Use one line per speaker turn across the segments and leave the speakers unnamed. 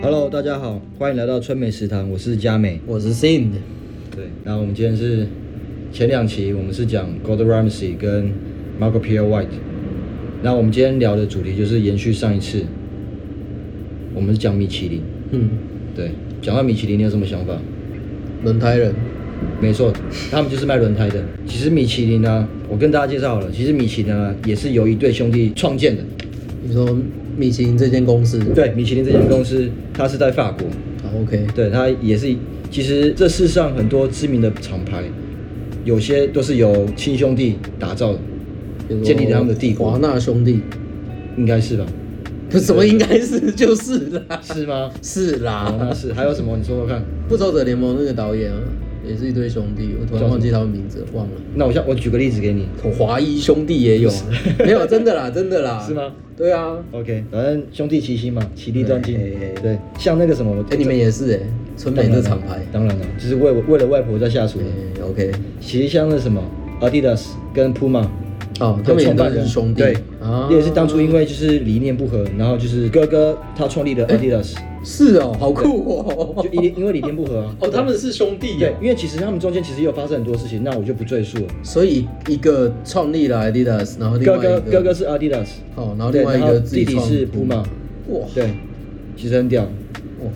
Hello，大家好，欢迎来到春美食堂，我是佳美。
我是 Sind，
对，那我们今天是前两期，我们是讲 Gordon Ramsay 跟 Marco Pierre White。那我们今天聊的主题就是延续上一次，我们是讲米其林。
嗯，
对，讲到米其林，你有什么想法？
轮胎人，
没错，他们就是卖轮胎的。其实米其林呢、我跟大家介绍好了，其实米其林呢、也是由一对兄弟创建的。
你说米其林这间公司，
对，米其林这间公司，它是在法国，
好 OK，
对，它也是。其实这世上很多知名的厂牌，有些都是由亲兄弟打造的，
比如说
建立了他们的帝国
华纳兄弟，
应该是吧？
不是什么应该是就是啦，
是吗？
是
好，那
啦，
是还有什么？你说说看。
复仇者联盟那个导演啊，也是一对兄弟，我突
叫什么
然忘记他们名字了，忘了。
那我像我举个例子给你
华谊兄弟也有啊， 没有真的啦，真的 啦，
是吗？
对啊，
，OK，反正兄弟齐心嘛，其利断金
嘿嘿嘿。
对，像那个什么，啊我
哎，你们也是
欸
哎，春
当
美
然
这
了
厂牌，
当然了，啊就是为为了外婆在下厨的。
哎 OK，
其实像那什么 Adidas 跟 Puma，
哦，他们也
创
都
办
是
人
兄弟，
对，
啊
也是当初因为就是理念不合，然后就是哥哥他创立了 Adidas，
是哦，好酷哎哦
就， 因因为理念不合啊。
哦，他们是兄弟
对，因为其实他们中间其实也有发生很多事情，那我就不赘述了。
所以一个创立了 Adidas，然后哦另
哥
外一
哥
个
哥哥是 Adidas，
哦，然后
对
另外一
然后
个自己
弟弟
创
是 Puma，
哇
对，其实很屌。
哇哦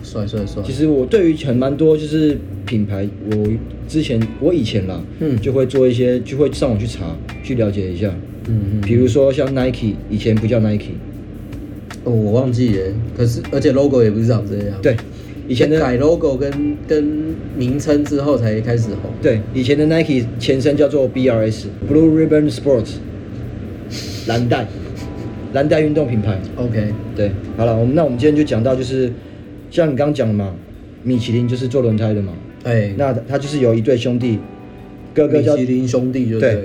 帅帅帅
其，实我对于很蛮多就是品牌，我之前我以前啦，
嗯
就会做一些，就会上网去查去了解一下。
嗯
比
嗯，
如说像 Nike，以前不叫 Nike，
哦我忘记耶，可是而且 logo 也不是长这样，
对，以前的
改 logo 跟跟名称之后才开始红，
对以前的 Nike 前身叫做 BRS（Blue Ribbon Sports），蓝带， 蓝带运动品牌。
，OK，
对，好了，我们那我们今天就讲到就是，像你刚刚讲的嘛，米其林就是做轮胎的嘛，
哎，
那他就是有一对兄弟，哥哥
米
叫
其林兄弟就
对
了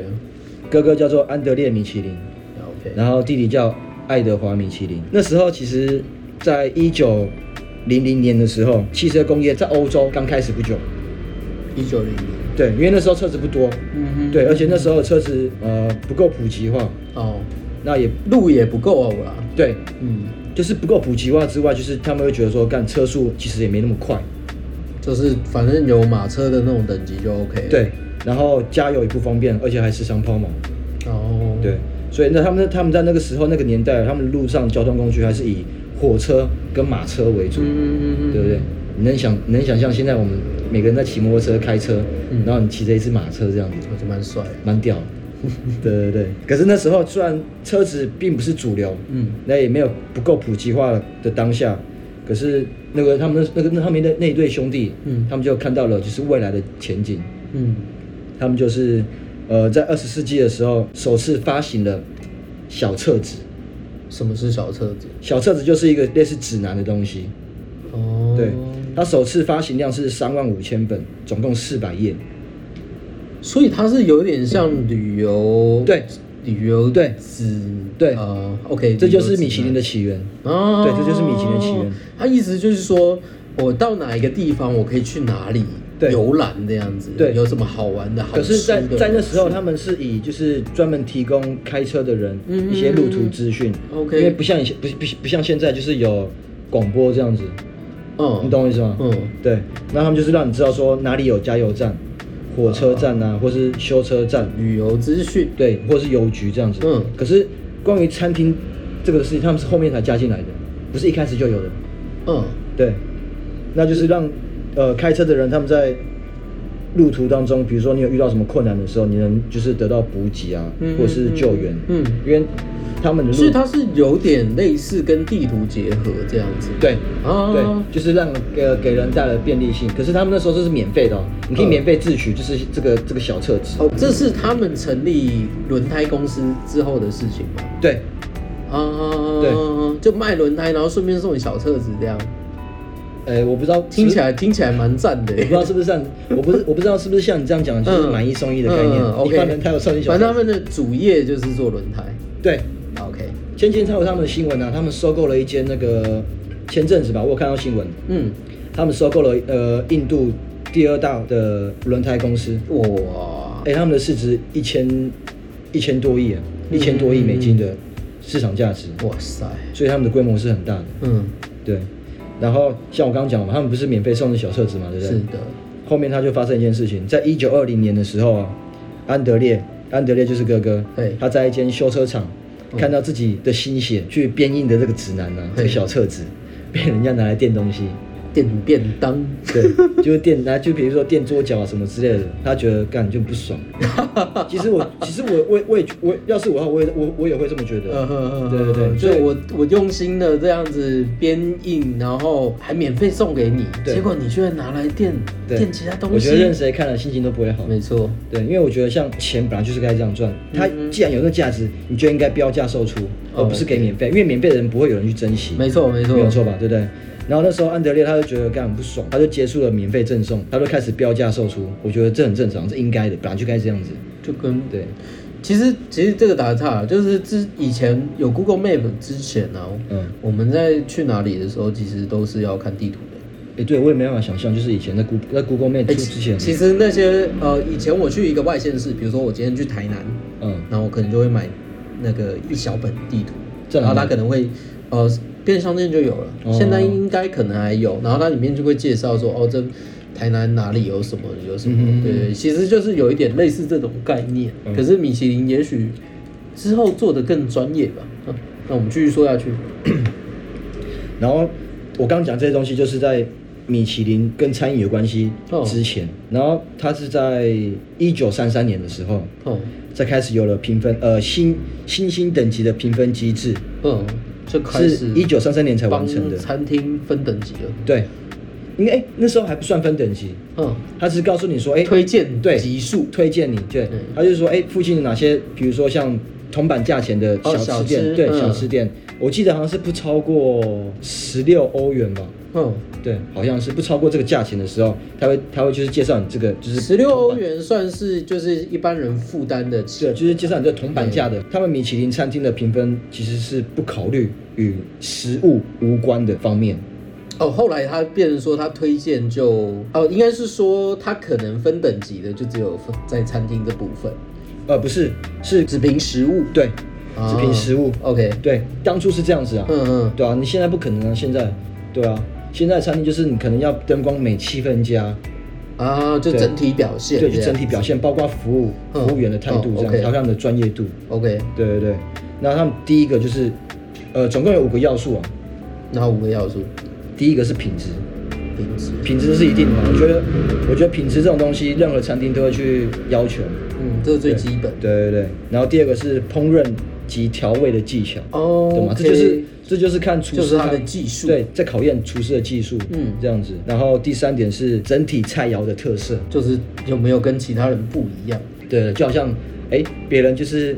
哥哥叫做安德烈米其林，
，OK，
然后弟弟叫爱德华米其林。那时候其实，在一九零零年的时候，汽车工业在欧洲刚开始不久，
一九零零，
对，因为那时候车子不多，
嗯哼
对，而且那时候车子呃不够普及化，
哦，
那也
路也不够啊，我啦，
对，
嗯，
就是不够普及化之外，就是他们会觉得说，干车速其实也没那么快，
就是反正有马车的那种等级就 OK，了，
对，然后加油也不方便，而且还时常抛锚，
哦，
对，所以那他们他们在那个时候那个年代，他们路上交通工具还是以火车跟马车为主，
嗯，嗯嗯嗯，
对不对？你能想能想象现在我们每个人在骑摩托车、开车，
嗯
然后你骑着一只马车这样子，
我觉得蛮帅的，
蛮 屌的。对对对，可是那时候虽然车子并不是主流，
嗯
那也没有不够普及化的当下，可是那个他们那那个那他们那那一对兄弟，
嗯
他们就看到了就是未来的前景，
嗯，
他们就是呃在二十世纪的时候首次发行了小册子，
什么是小车子？
小册子就是一个类似指南的东西，
哦，
对，它首次发行量是三万五千本，总共四百页，
所以它是有点像旅游，
对，
旅游
对
指
对
呃，OK，
这就是
旅游指
米其林的
南
起源。
哦，
对这就是米其林的起源。
它意思就是说，我到哪一个地方，我可以去哪里
对
游览这样子，
对
有什么好玩的，好
可是在，
吃
在
的
那时候，他们是以就是专门提供开车的人
嗯
一些路途资讯、
OK
因为不像以前不不不像现在就是有广播这样子，
嗯，
你懂我意思吗？
嗯，
对，那他们就是让你知道说哪里有加油站、火车站啊，或是修车站，
旅游资讯，
对，或是邮局这样子。
嗯
可是关于餐厅这个事情，他们是后面才加进来的，不是一开始就有的。
嗯，
对，那就是让呃开车的人他们在路途当中，比如说你有遇到什么困难的时候，你能就是得到补给啊，
嗯
或是救援，
嗯嗯
因为他们的
所以
路，
它是有点类似跟地图结合这样子，
对。
啊，
对，就是让给给人带来便利性。可是他们那时候这是免费的哦，你可以
嗯
免费自取，就是这个这个小册子。
哦，这是他们成立轮胎公司之后的事情吗？
对，
啊，，就卖轮胎，然后顺便送你小册子，这样
呃，我不知道
听起
来，
来听起来蛮赞的耶。
我不知道是不是像，我不是我不知道是不是像你这样讲，就是买一送一的概念。一
嗯 OK，
般人他有送一小册
反
子，
正他们的主业就是做轮胎。
对，
OK，
前几天才有他们的新闻啊，他们收购了一间那个前阵子吧，我有看到新闻，
嗯，
他们收购了呃印度第二大的轮胎公司，
哇，
哎、他们的市值一千一千多亿、啊，一千多亿美金的市场价值，
哇塞，
所以他们的规模是很大的。
嗯，
对，然后像我刚刚讲嘛，他们不是免费送的小册子嘛，对不对？
是的，
后面他就发生一件事情，在一九二零年的时候啊，安德烈，安德烈就是哥哥
嘿，嗯
他在一间修车厂看到自己的心血去编印的这个指南呢、啊，这个小册子 被人家拿来垫东西，
电便当，
对，就是垫拿，就比如说垫桌角啊什么之类的，他觉得干就不 爽。其实我，其实我，我也，我也，我要是我的话，我也，我我也会这么觉
呃呵呵
得。
呵
对对对，
就
所以
我我用心的这样子编印，然后还免费送给你，
对
结果你居然拿来垫
对
垫其他东西，
我觉得任谁看了心情都不会好。
没错，
对，因为我觉得像钱本来就是该这样赚，它
嗯
既然有那个价值，你就应该标价售出，而
哦
不是给免费，因为免费的人不会有人去珍惜，
没错，没错，
没有错吧？对不对？然后那时候安德烈他就觉得干很不爽，他就结束了免费赠送，他就开始标价售出，我觉得这很正常，是应该的，本来就该这样子。
就跟
对，
其实其实这个打岔，就是之以前有 Google Map 之前呢、啊，
嗯，
我们在去哪里的时候，其实都是要看地图的。
哎，对我也没办法想象，就是以前在 Google 在 Google Map
哎
出之前，
其实那些呃，以前我去一个外县市，比如说我今天去台南，
嗯，
然后我可能就会买那个一小本地图，
在
然
哪里
后它可能会呃便利商店就有了，
哦
现在应该可能还有，然后它里面就会介绍说哦这台南哪里有什么有什么，
嗯
对对，其实就是有一点类似这种概念，
嗯
可是米其林也许之后做的更专业吧。嗯那我们继续说下去，
然后我刚刚讲这些东西，就是在米其林跟餐饮有关系
哦
之前，然后他是在一九三三年的时候，
哦，
再开始有了评分，呃，新新兴等级的评分机制，
嗯，就开始
是一九三三年才完成的
帮。餐厅分等级了，
对，应该、哎那时候还不算分等级，
嗯，
他只是告诉你说，哎、
推荐
对
级数，
推荐你，对
嗯，
他就是说，哎、附近有哪些，比如说像铜板价钱的小
哦小
吃店，
吃
对，
嗯
小吃店，我记得好像是不超过十六欧元吧。
嗯，
对，好像是不超过这个价钱的时候，他会他会就是介绍你这个就是
十六
铜
欧
板
元算是就是一般人负担得起
对，，就是介绍你这铜板价的。他们米其林餐厅的评分其实是不考虑与食物无关的方面。
哦，后来他变成说他推荐就哦，应该是说他可能分等级的，就只有分在餐厅这部分，
呃，不是，是
只凭食物，
对，
啊
只凭食物。哦
OK，
对，当初是这样子啊。
嗯嗯，
对啊，你现在不可能啊，现在，对啊，现在餐厅就是你可能要灯光美、气氛佳，
啊，就
对
整体表现这
对，
样，
就整体表现，包括服务、
嗯
服务员的态度
哦
这样，
OK
还有他们的专业度。
OK，
对对对，那他们第一个就是，呃，总共有五个要素啊。
然后五个要素，
第一个是品质，
品质，
品质是一定的嘛。我觉得，我觉得品质这种东西，任何餐厅都会去要求。
嗯，这是最基本，
对对对。然后第二个是烹饪及调味的技巧，
哦
懂吗？
，OK
这就是这就是看厨师
就是他的技术
对，在考验厨师的技术，
嗯
嗯，这样子。然后第三点是整体菜肴的特色，
就是有没有跟其他人不一样，
对，就好像哎，别人就是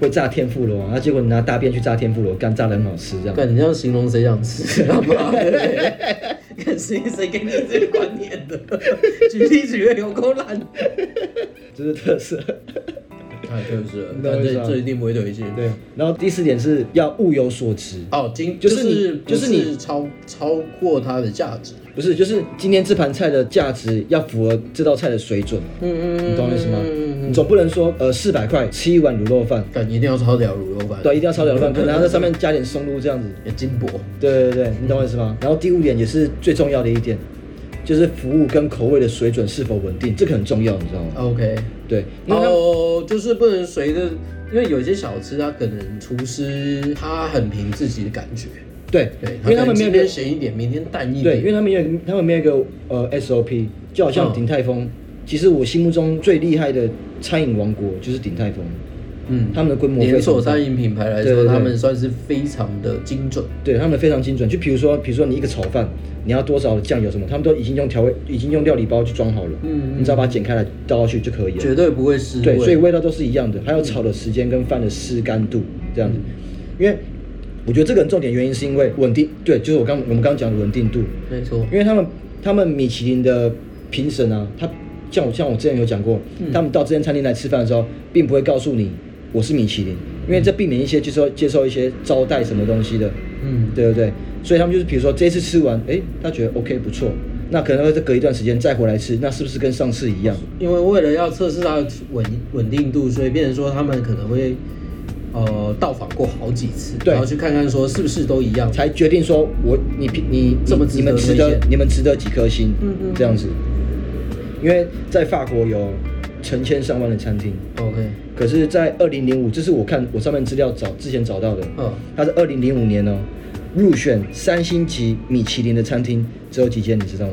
会炸天妇罗，啊那结果你拿大便去炸天妇罗，干炸的很好吃这样。
看你这样形容谁想吃， 知道吗？看谁谁给你这个观念的，举例举例有够烂。
这是特色。哎
太特色了，
那
但
为
这
啥
这一定不会推荐。
对，然后第四点是要物有所值，
哦，今
就
就是是
你
不
就是你
超超过它的价值，
不是，就是今天这盘菜的价值要符合这道菜的水准，
嗯
你懂我意思吗？
嗯
你总不能说呃四百块吃一碗卤肉饭，
但一定要超屌卤肉饭，
对，一定要超屌的饭，可
嗯
能还要在上面加点松露这样子，
要金箔，
对对对，你懂我意思吗？然后第五点也是最重要的一点，就是服务跟口味的水准是否稳定，这个很重要，你知道吗？
OK，
对，那他
哦，就是不能随着，因为有些小吃它可能厨师他很凭自己的感觉，
对，
对，
因为他们没有
今
一个
天咸一点，明天淡一
对，因
点，
为他们有他们没有一个呃 SOP，就好像
嗯
鼎泰丰，其实我心目中最厉害的餐饮王国就是鼎泰丰，
嗯
他们的规模
连
非常
锁
大
餐饮品牌来
对
说，
对对
他们算是非常的精准，
对他们非常精准。就比如说，比如说你一个炒饭，你要多少的酱油什么，他们都已经用调味，已经用料理包去装好了，
嗯嗯
你只要把它剪开来倒下去就可以了。
绝对不会失
对，
味，
所以味道都是一样的，还有炒的时间跟饭的湿干度这样子。因为我觉得这个很重点原因是因为稳定，对，就是我刚我们刚刚讲的稳定度，
没错，
因为他们他们米其林的评审啊，他像我像我之前有讲过，
嗯
他们到这间餐厅来吃饭的时候，并不会告诉你我是米其林，因为这避免一些接受接受一些招待什么东西的，
嗯，
对不对？所以他们就是比如说这一次吃完，诶，他觉得 OK 不错，那可能会再隔一段时间再回来吃，那是不是跟上次一样？
因为为了要测试它的稳稳定度，所以变成说他们可能会，呃到访过好几次，
对
然后去看看说是不是都一样。
才决定说我你你你
这么值
你们
得
值
推
得
荐
你们值得几颗星，
嗯嗯
这样子，因为在法国有成千上万的餐厅，
OK，
可是，在二零零五，这是我看我上面资料找之前找到的，
嗯
它是二零零五年哦，入选三星级米其林的餐厅只有几间，你知道吗？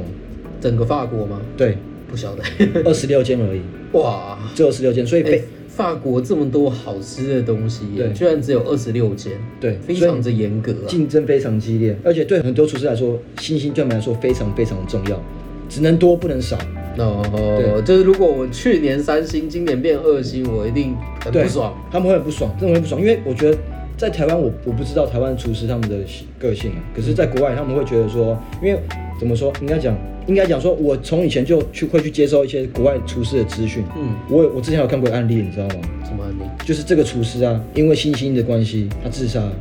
整个法国吗？
对，
不晓得。
二十六间而已，
哇，
只有十六间，所以
哎、
北、
法国这么多好吃的东西耶，
对
居然只有二十六间，
对
非
所以
常的严格啊。
竞争非常激烈，而且对很多厨师来说，星星对他们来说非常非常重要，只能多不能少。
哦，就是如果我去年三星，今年变二星，我一定很
对
不爽。
他们会很不爽，真的会不爽，因为我觉得在台湾我我不知道台湾厨师他们的个性啊，可是在国外他们会觉得说，因为怎么说，应该讲应该讲说，我从以前就去会去接受一些国外厨师的资讯，
嗯，
我有我之前有看过案例，你知道吗？
什么案啊例？
就是这个厨师啊，因为星星的关系，他自杀了。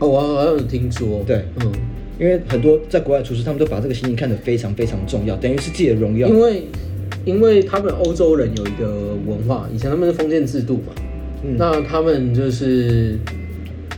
哦，我好像有听说。
对
嗯，
因为很多在国外厨师，他们都把这个星星看得非常非常重要，等于是自己的荣耀。
因为因为他们欧洲人有一个文化，以前他们是封建制度嘛，
嗯
那他们就是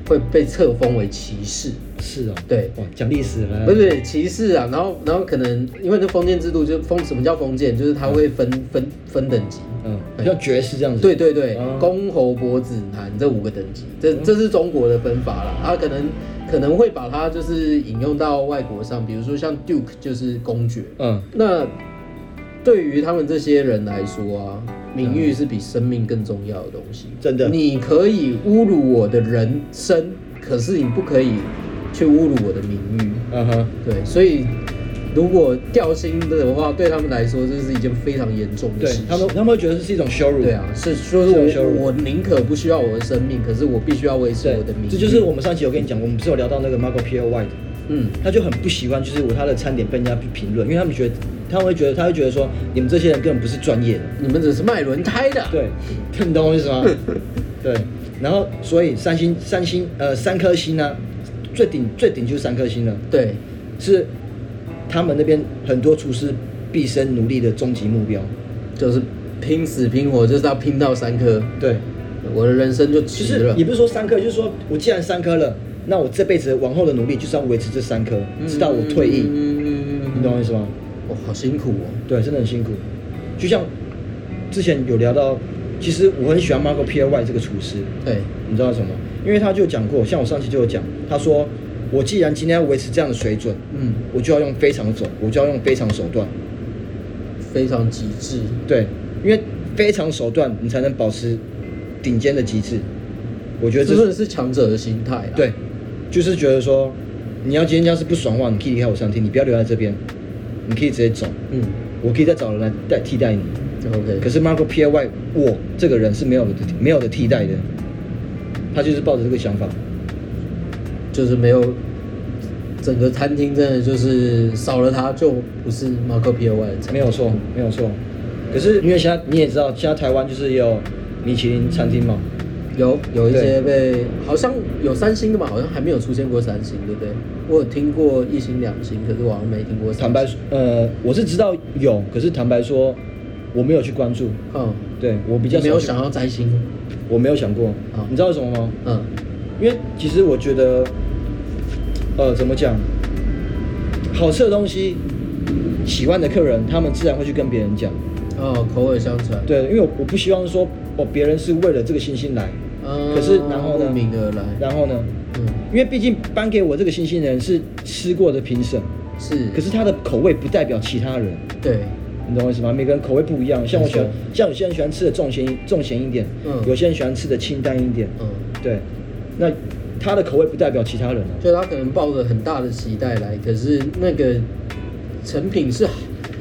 会被册封为骑士。
是啊，
对
哇，讲历史了，
不是歧视啊，然后然后可能因为那封建制度就封什么叫封建，就是它会分分分等级，
嗯，像爵士这样子，
对对对
嗯，
公侯伯子男这五个等级，
哦
这这是中国的分法啦。啊他可能可能会把它就是引用到外国上，比如说像 duke 就是公爵。
嗯，
那对于他们这些人来说啊，名誉是比生命更重要的东西。
真的
你可以侮辱我的人生，可是你不可以去侮辱我的名誉。
嗯哼，
对，所以如果掉星的话，对他们来说这是一件非常严重的
对
事情。
他们，他们会觉得是一种羞辱，
对啊，是说
这种羞
是
辱
我我宁可不需要我的生命，可是我必须要维持
对
我的名誉。
这就是我们上期有跟你讲，我们不是有聊到那个 Marco Pierre White，
嗯，
他就很不喜欢，就是我他的餐点被人家评论，因为他们觉得他会觉得他会觉得说你们这些人根本不是专业的，
你们只是卖轮胎的。
对， 你懂我意思 吗？对，然后所以三星三星呃三颗星呢、最顶最顶就是三颗星了，
对，
是他们那边很多厨师毕生努力的终极目标，
就是拼死拼活，就是要拼到三颗，
对，
我的人生就
就
值
是
了
也。不是说三颗，就是说我既然三颗了，那我这辈子往后的努力就是要维持这三颗，直到我退役，
嗯嗯嗯嗯
你懂我意思吗？
哇，好辛苦哦。
对，真的很辛苦。就像之前有聊到，其实我很喜欢 Marco Pierre White 这个厨师，
对，
你知道为什么？因为他就讲过，像我上期就有讲，他说我既然今天要维持这样的水准，
嗯，
我就要用非常手，我就要用非常手段。
非常极致。
对，因为非常手段，你才能保持顶尖的极致。我觉得
这
这
真的
是
是强者的心态啊啦。
对，就是觉得说，你要今天要是不爽的话，你可以离开我餐厅，你不要留在这边，你可以直接走，
嗯
我可以再找人来代替代你。
，OK。
可是 Marco Pierre White，我这个人是没有的，没有的替代的。他就是抱着这个想法，
就是没有整个餐厅真的就是少了他就不是马克皮尔外的餐厅
没有错，没有错。可是因为现在你也知道，现在台湾就是也有米其林餐厅嘛，
有有一些被好像有三星的嘛，好像还没有出现过三星，对不对？我有听过一星两星，可是我好像没听过三星。
坦白，说，呃，我是知道有，可是坦白说，我没有去关注。
嗯，
对我比
比
较少
较没有
去
想，要摘星，
我没有想过。
哦
你知道为什么吗？
嗯，
因为其实我觉得，呃，怎么讲，好吃的东西，喜欢的客人，他们自然会去跟别人讲。
哦，口耳相传，，
对，因为我我不希望说哦，别人是为了这个星星来，
嗯，
可是然后呢
慕名而来，
然后呢，
嗯，
因为毕竟颁给我这个星星的人是吃过的评审，
是，
可是他的口味不代表其他人，
对，
你懂我意思吗？每个人口味不一样，像我喜欢
没错，
像有些人喜欢吃的重咸重咸一点，
嗯
有些人喜欢吃的清淡一点，
嗯，
对，那他的口味不代表其他人啊。
就他可能抱着很大的期待来，可是那个成品是好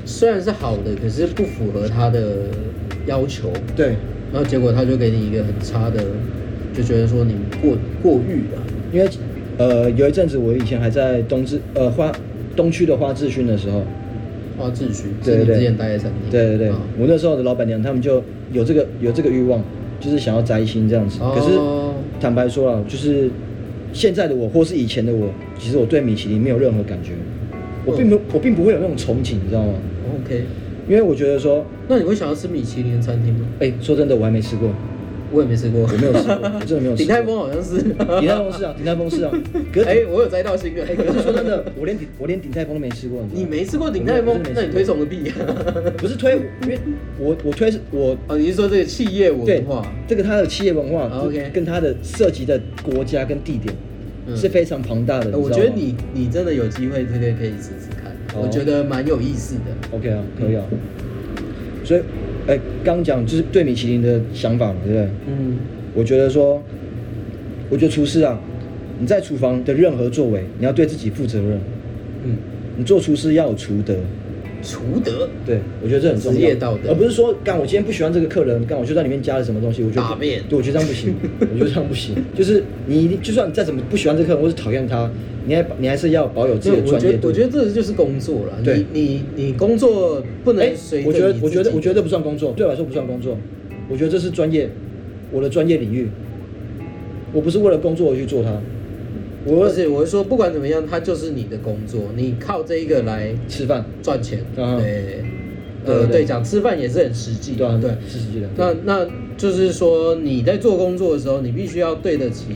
虽然是好的，可是不符合他的要求，
对，
然后结果他就给你一个很差的，就觉得说你过过誉了。
因为呃有一阵子我以前还在东志呃花东区的花志勋的时候，
花秩序是
对对
你
对
之前待的餐厅，
对对对，
啊
我那时候的老板娘他们就有这个有这个欲望，就是想要摘星这样子。
哦
可是坦白说啊，就是现在的我或是以前的我，其实我对米其林没有任何感觉，我并没
哦
有我并不会有那种憧憬，你知道吗？
OK，
因为我觉得说，哎
那你会想要吃米其林的餐厅吗？
哎、说真的，我还没吃过。
我也没吃过，
我没有吃过，我真的没有吃过。
鼎泰丰好像是，
鼎泰丰是啊，鼎泰丰是啊。 可是
哎、我有摘到新的。
哎，可是说真的，我连鼎我连鼎泰丰都没吃过，知道吗
你没吃过鼎泰丰，那你推？崇个屁啊！
我真的没吃过不是推，因为我我推是我
哦，你是说这个企业文
对
化？
这个它的企业文化
啊，OK
跟它的涉及的国家跟地点
嗯
是非常庞大的。
呃
知
我
道
觉得
吗
你你真的有机会，这个可以试试看，
好
我觉得蛮有意思的。
OK 啊，可以啊。所以，哎、刚讲就是对米其林的想法嘛，对不对？
嗯，
我觉得说，我觉得厨师啊，你在厨房的任何作为，你要对自己负责任。
嗯，
你做厨师要有厨德，
厨德
对我觉得这很重要。
职业道德
而不是说干我今天不喜欢这个客人，干我就在里面加了什么东西，我觉得
大便
对我觉得这样不 行，我觉得这样不行。就是你一定，就算你再怎么不喜欢这个客人，或是讨厌他，你还你还是要保有自己
对，
的
我
专业
觉得
度。
我觉得这就是工作了。
对
你你你工作不
哎
能随着
我觉得
你，
我觉得，
自己
我觉得这不算工作，对我来说不算工作。我觉得这是专业，我的专业领域。我不是为了工作而去做它，我
不
为了
是，我是说不管怎么样，它就是你的工作，你靠这一个来
吃饭，
赚钱。
啊
对，
对
呃，
对
对，讲吃饭也是很实际
对啊
的。，对，
是实际的。
那那就是说你在做工作的时候，你必须要对得起，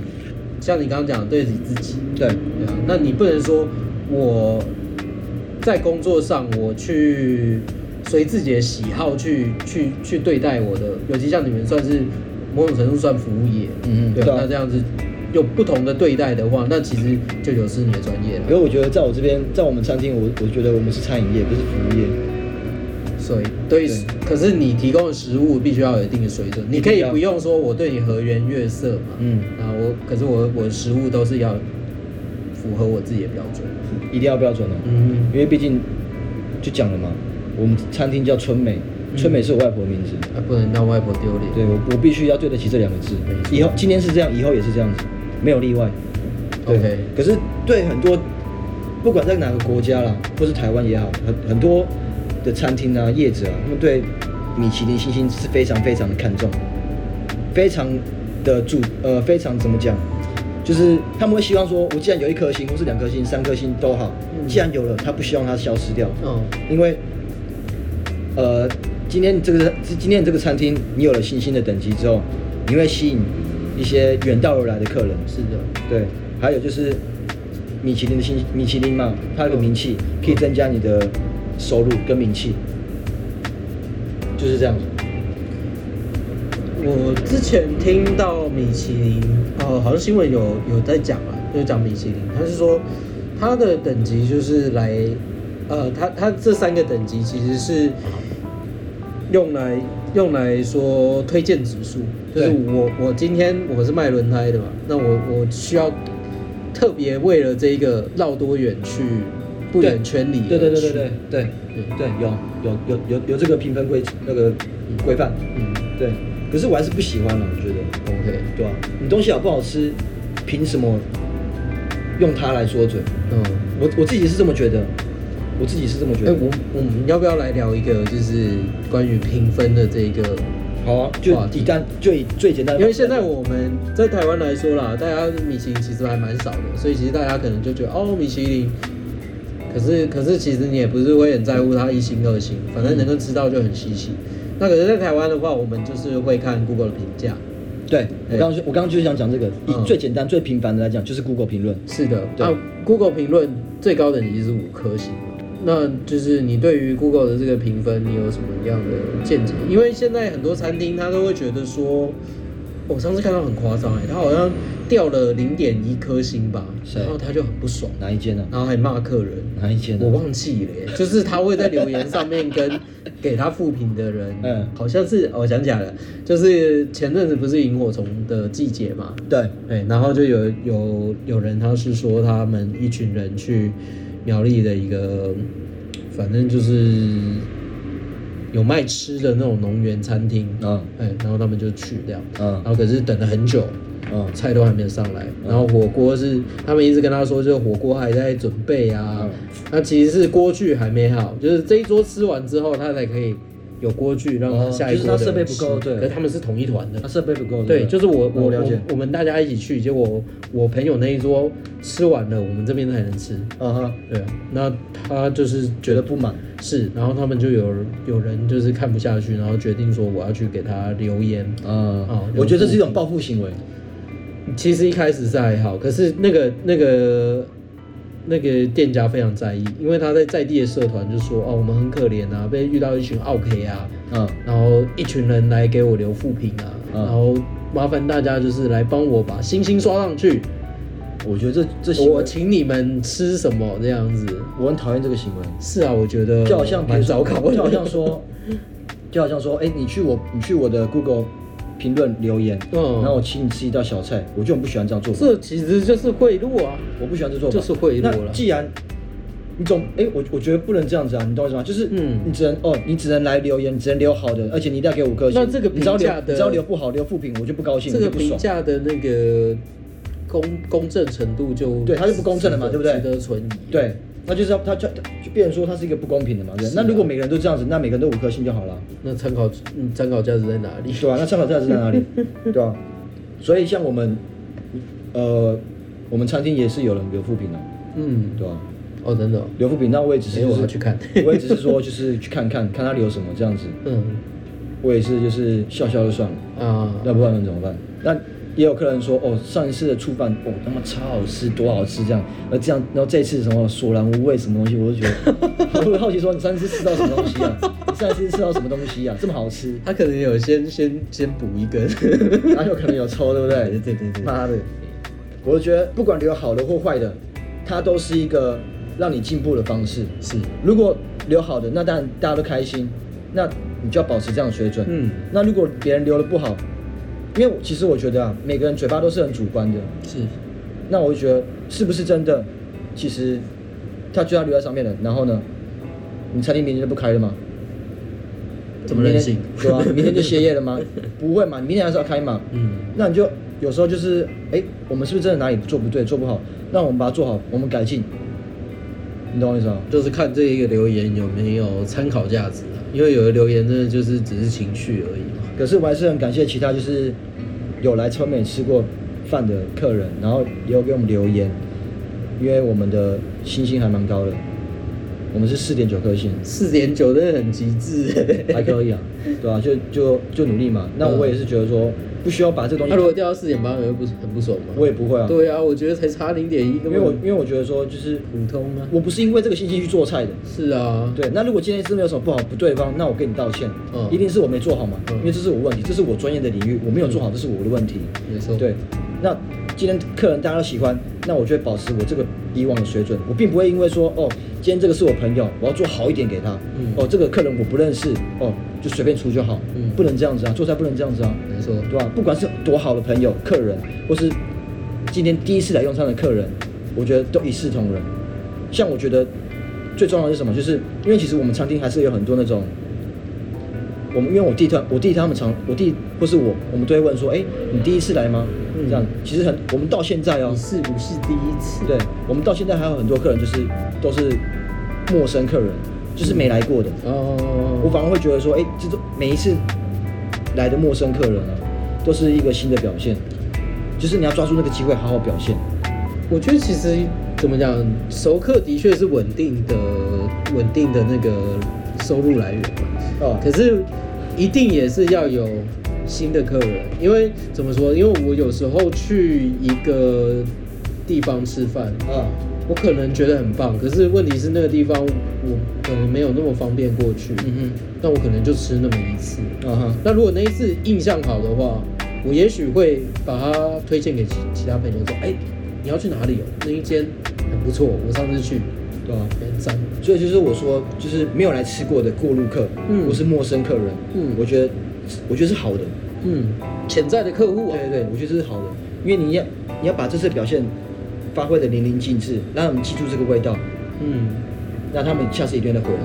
像你刚刚讲的，对得起自己。
对，
对啊，那你不能说我在工作上我去随自己的喜好去去去对待我的，尤其像你们算是某种程度算服务业，
嗯嗯
对
对
啊
啊，
那这样子有不同的对待的话，那其实就有失你的专业
因为
了。
我觉得在我这边，在我们餐厅，我我觉得我们是餐饮业，不是服务业。
所以，对于
对，
可是你提供的食物必须要有一定的水准，你可
一
以
定要
不用说我对你和颜悦色嘛，
嗯
啊，我可是我我的食物都是要符合我自己的标准，
一定要标准哦，
嗯
因为毕竟就讲了嘛，我们餐厅叫春美，春美是我外婆的名字，
啊，不能让外婆丢脸。
对我我必须要对得起这两个字
没。错
以后今天是这样，以后也是这样子，没有例外。对
OK
可是对很多，不管在哪个国家啦，或是台湾也好，很很多的餐厅啊、业者啊，他们对米其林星星是非常非常的看重，非常的注呃，非常怎么讲？就是他们会希望说，我既然有一颗星，或是两颗星、三颗星都好，
嗯
既然有了，他不希望它消失掉。
嗯
因为呃，今天这个今天这个餐厅，你有了星星的等级之后，你会吸引一些远道而来的客人。
是的，
对，还有就是米其林的星米其林嘛，它有个名气
嗯
可以增加你的收入跟名气，就是这样子。
我之前听到米其林，呃，好像新闻有有在讲啊，就讲米其林，他是说它的等级就是来，呃，它它这三个等级其实是用来用来说推荐指数，就是
对
我我今天我是卖轮胎的嘛，那我我需要特别为了这一个绕多远去，不
对
远圈里
对对
而
对对
去
对对对，有有有有有这个评分规那个规范，
嗯
对。可是我还是不喜欢了，我觉得。
，OK，
对啊，你东西好不好吃，凭什么用它来说嘴？
嗯。
我我自己是这么觉得，我自己是这么觉
哎、
得。
我我们要不要来聊一个，就是关于评分的这个？
好啊，就
哇
以单就以最简单的方式，
因为现在我们在台湾来说啦，大家米其林其实还蛮少的，所以其实大家可能就觉得哦，米其林。可是可是其实你也不是会很在乎它一星二星，反正能够吃到就很稀奇。那可是，在台湾的话，我们就是会看 Google 的评价。
对我
哎
刚刚就我刚刚就是想讲这个，以
嗯
最简单最平凡的来讲，就是 Google 评论。
是的，
嗯对
那 Google 评论最高等级是五颗星，那就是你对于 Google 的这个评分，你有什么样的见解？因为现在很多餐厅它都会觉得说，我上次看到很夸张哎，他好像掉了零点一颗星吧，
谁
然后他就很不爽，
哪一间呢、啊？
然后还骂客人。
哪一间、啊？
我忘记了耶，就是他会在留言上 面跟给他复评的人，
嗯
好像是哦我想起来了，就是前阵子不是萤火虫的季节嘛，
对，
对，然后就有有有人他是说他们一群人去苗栗的一个，反正就是有卖吃的那种农园餐厅，
嗯
哎，然后他们就去掉，
嗯
然后可是等了很久，
嗯
菜都还没有上来，然后火锅是他们一直跟他说，就是火锅还在准备啊
嗯，
那其实是锅具还没好，就是这一桌吃完之后他才可以有锅具让
哦
他下一
就是
锅的人
他设备不
吃
够对
可是他们是同一团的
他，设备不够。
对，就是我
那
我
我了解。
我们大家一起去，结果我朋友那一桌吃完了，我们这边才能吃。
嗯哼，
对啊，那他就是
觉
觉
得
得
不满。
是，然后他们就有有人就是看不下去，然后决定说我要去给他留言。
嗯
哦，
我觉得这是一种报复行为。
其实一开始是还好，可是那个那个那个店家非常在意，因为他在在地的社团就说哦，我们很可怜啊，被遇到一群 OK 啊，
嗯
然后一群人来给我留负评啊，
嗯
然后麻烦大家就是来帮我把星星刷上去，
我觉得这这行
我
为，
请你们吃什么这样子。
我很讨厌这个行为。
是啊，我觉得
就好像比
蛮
如说
糟 糕，
就好像说，就好像说，哎、你去我你去我的 Google 评论留言，
嗯
然后我请你吃一道小菜，我就很不喜欢这样做法，
这其实就是贿赂啊。
我不喜欢这做法，
就是贿赂
那
了
既然你总哎、我我觉得不能这样子啊，你懂我意思吗？就是
嗯
你只能哦，你只能来留言，你只能留好的，而且你一定要给我五颗星。
那这个
你只要
评
留
价的
你只要留不好，留负评，我就不高兴，
这
我就
个
不
评
爽。
价的那个公公正程度就
对它就不公正了嘛
值得
对不对
值得存疑。啊
对，那就是要他就就变成说他是一个不公平的嘛，对。
是啊
那如果每个人都这样子，那每个人都五颗星就好了。
那参考嗯参考价值在哪里？
对啊，那参考价值在哪里？对啊，所以像我们，呃，我们餐厅也是有人留副评的、
嗯，
对啊，
哦，真的哦、
留副评，那我也只是、
哎
就是、
我要去看
我也只是说就是去看看看他留什么这样子，
嗯
我也是就是笑笑就算了，
啊，
要不然能怎么办？那也有客人说哦，上一次的醋饭哦他妈超好吃，多好吃这样，那这样，然后这一次什么索然无味什么东西，我就觉 得我会好奇说你上一次吃到什么东西啊？你上一次吃到什么东西啊？这么好吃？
他可能有先先先补一 根，
然后有可能有抽，对不对？
对对对对
妈的！我觉得不管留好的或坏的，它都是一个让你进步的方式。
是
如果留好的，那当然大家都开心，那你就要保持这样的水准。
嗯
那如果别人留的不好，因为其实我觉得啊，每个人嘴巴都是很主观的，
是，
那我就觉得是不是真的？其实他就要留在上面了，然后呢，你餐厅明天就不开了吗？
这么任性
明天对啊，明天就歇业了吗？不会嘛，你明天还是要开嘛。
嗯
那你就有时候就是，哎、我们是不是真的哪里做不对、做不好？那我们把它做好，我们改进。你懂我意思吗？
就是看这一个留言有没有参考价值啊，因为有的留言真的就是只是情绪而已嘛。
可是我还是很感谢其他就是有来超美吃过饭的客人，然后也有给我们留言，因为我们的星星还蛮高的，我们是四点九颗 星，
四点九真的很极致。
还可以啊，对吧、就就就努力嘛。那我也是觉得说，不需要把这个东
嗯啊他如果
西，
掉到四点八，我又不是很不爽吗？
我也不会啊，
对啊，我觉得才差零点一，
因
根
为
本
我因为我觉得说，就是
普通啊。
我不是因为这个星星去做菜的，
是啊，
对，那如果今天真的有什么不好不对的地方，那我跟你道歉，
嗯
一定是我没做好嘛，
嗯
因为这是我问题，这是我专业的领域，我没有做好，这是我的问题。
嗯没错，
对，那今天客人大家都喜欢，那我就会保持我这个以往的水准，我并不会因为说哦，今天这个是我朋友，我要做好一点给他，
嗯
哦，这个客人我不认识，哦，就随便出就好，
嗯
不能这样子啊，做菜不能这样子啊，
没错，
对吧、不管是多好的朋友、客人，或是今天第一次来用餐的客人，我觉得都一视同仁。像我觉得最重要的是什么？就是因为其实我们餐厅还是有很多那种，我们因为我弟他我弟他们常我弟或是我，我们都会问说，哎、你第一次来吗？
嗯
这样其实很，我们到现在哦、
你是不是第一次？
对，我们到现在还有很多客人就是都是陌生客人，就是没来过的。
哦，
我反而会觉得说，哎、这种每一次来的陌生客人啊，都是一个新的表现，就是你要抓住那个机会，好好表现。
我觉得其实怎么讲，熟客的确是稳定的、稳定的那个收入来源嘛。
哦
可是一定也是要有新的客人，因为怎么说？因为我有时候去一个地方吃饭，
啊，
我可能觉得很棒，可是问题是那个地方我可能没有那么方便过去，
嗯
那我可能就吃那么一次。
哼，啊哈，
那如果那一次印象好的话，我也许会把它推荐给其其他朋友说，哎、你要去哪里哦？那一间很不错，我上次去，
对啊。
很赞。
所以就是我说，就是没有来吃过的过路客，
嗯
或是陌生客人，
嗯
我觉得，我觉得是好的。
嗯，潜在的客户啊
对，对对，我觉得这是好的，因为你要你要把这次表现发挥的淋漓尽致，让他们记住这个味道，
嗯，
那他们下次一定会回来。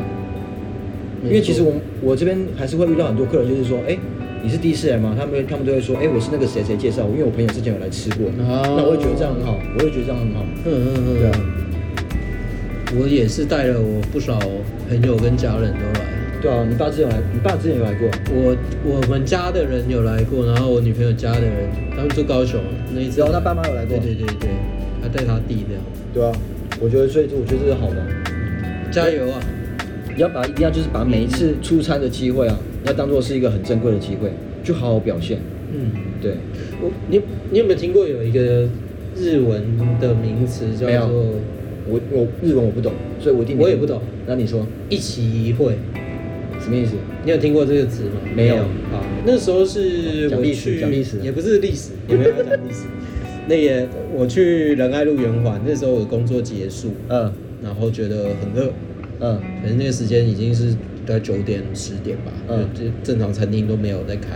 没
因为其实
错
我我这边还是会遇到很多客人，就是说，哎、你是第一次来吗？他们他们都会说，哎、我是那个谁谁介绍，因为我朋友之前有来吃过，
哦
那我会觉得这样很好，我会觉得这样很好。
嗯嗯嗯，
对啊，
我也是带了我不少朋友跟家人都来，
对啊，你爸之前有来，你爸之前有来过。
我我们家的人有来过，然后我女朋友家的人，他们住高雄那一次，
只要他爸妈有来过。
对对对对，他带他弟这样，
对啊，我觉得所以我觉得这是好的啊，
加油啊！
你要把一定要就是把每一次出差的机会啊，要当做是一个很珍贵的机会，去好好表现。
嗯，
对，
我你你有没有听过有一个日文的名词
没
叫做
有我我日文我不懂，所以我一定没
我也不懂。
那你说
一期一会？
什么意思？
你有听过这个词吗？
没有
好，那时候是
讲
我
历史
去，
讲历史
也不是 历史，也没有要讲历史。 那也我去仁爱路圆环，那时候我工作结束，
嗯
然后觉得很饿，
嗯
可能那个时间已经是大概九点十点吧，
嗯
就就正常餐厅都没有在开。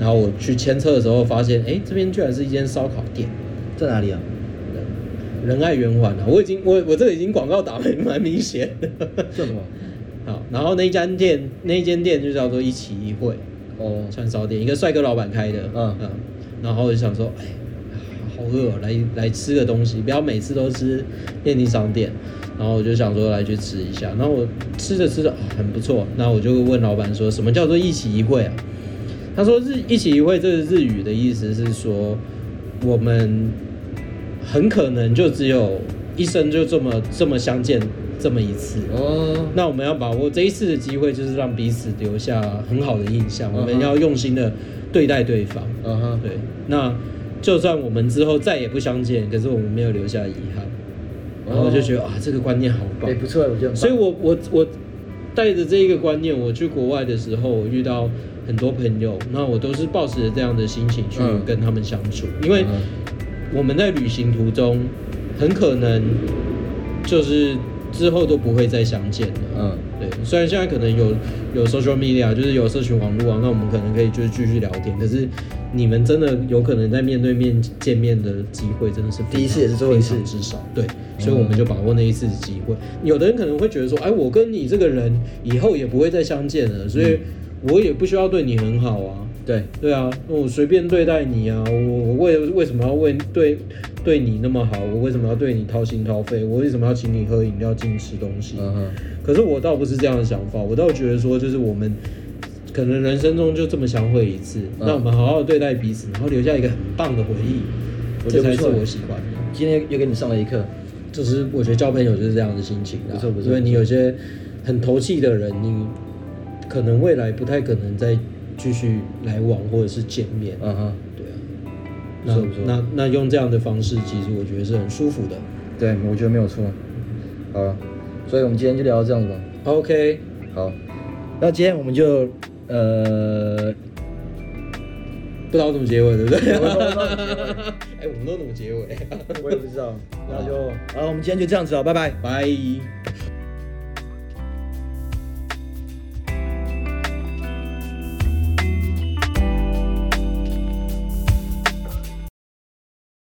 然后我去牵车的时候，发现哎、诶这边居然是一间烧烤店，
在哪里啊？
仁爱圆环啊！我已经我我这个已经广告打得蛮明显的。
叫什么？
好，然后那一间店那一间店就叫做一起一会，
哦，
串烧店，一个帅哥老板开的，
嗯
然后我就想说，哎，好饿、哦，来来吃个东西，不要每次都吃便利商店。然后我就想说来去吃一下，然后我吃着吃着、啊很不错，那我就问老板说什么叫做一起一会啊？他说日一起一会这个日语的意思是说我们很可能就只有一生就这么这么相见这么一次，
哦，
那我们要把握这一次的机会，就是让彼此留下很好的印象。
嗯哼
我们要用心的对待对方。
嗯哼，
对，那就算我们之后再也不相见，可是我们没有留下遗憾。然后我就觉得啊，这个观念好棒
哎，。哦不错，我觉得很棒。
所以我我我带着这一个观念，我去国外的时候，我遇到很多朋友，那我都是抱持着这样的心情去
嗯
跟他们相处，因为我们在旅行途中很可能就是之后都不会再相见了。
嗯
对，虽然现在可能有有 social media，就是有社群网络啊，那我们可能可以就是继续聊天。可是你们真的有可能在面对面见面的机会真的是非常
第一次也是最后一次
非常之少。对，所以我们就把握那一次的机会。有的人可能会觉得说，哎，我跟你这个人以后也不会再相见了，所
嗯
以我也不需要对你很好啊。
对，
对啊，那我随便对待你啊，我我为为什么要为对对你那么好？我为什么要对你掏心掏肺？我为什么要请你喝饮料、请你吃东西？
嗯哼，
可是我倒不是这样的想法，我倒觉得说，就是我们可能人生中就这么相会一次，
嗯
那我们好好地对待彼此，然后留下一个很棒的回忆，
我觉
这
得不
才是
错
我喜欢的。
今天又给你上了一课。
就是我觉得交朋友就是这样的心情啊，
不错不错
因为你
不错
有些很投契的人，你可能未来不太可能再继续来往或者是见面，
嗯哼，
对啊。
不
那
错不错
那那用这样的方式，其实我觉得是很舒服的。
对，我觉得没有错。好了，所以我们今天就聊到这样子吧。
OK，
好，那今天我们就 呃，
不知道怎么结尾，对不对？
我也不知道怎么结尾
哎，我们都怎么结尾啊？
我也不知道，那就好了，我们今天就这样子哦，拜拜。
拜。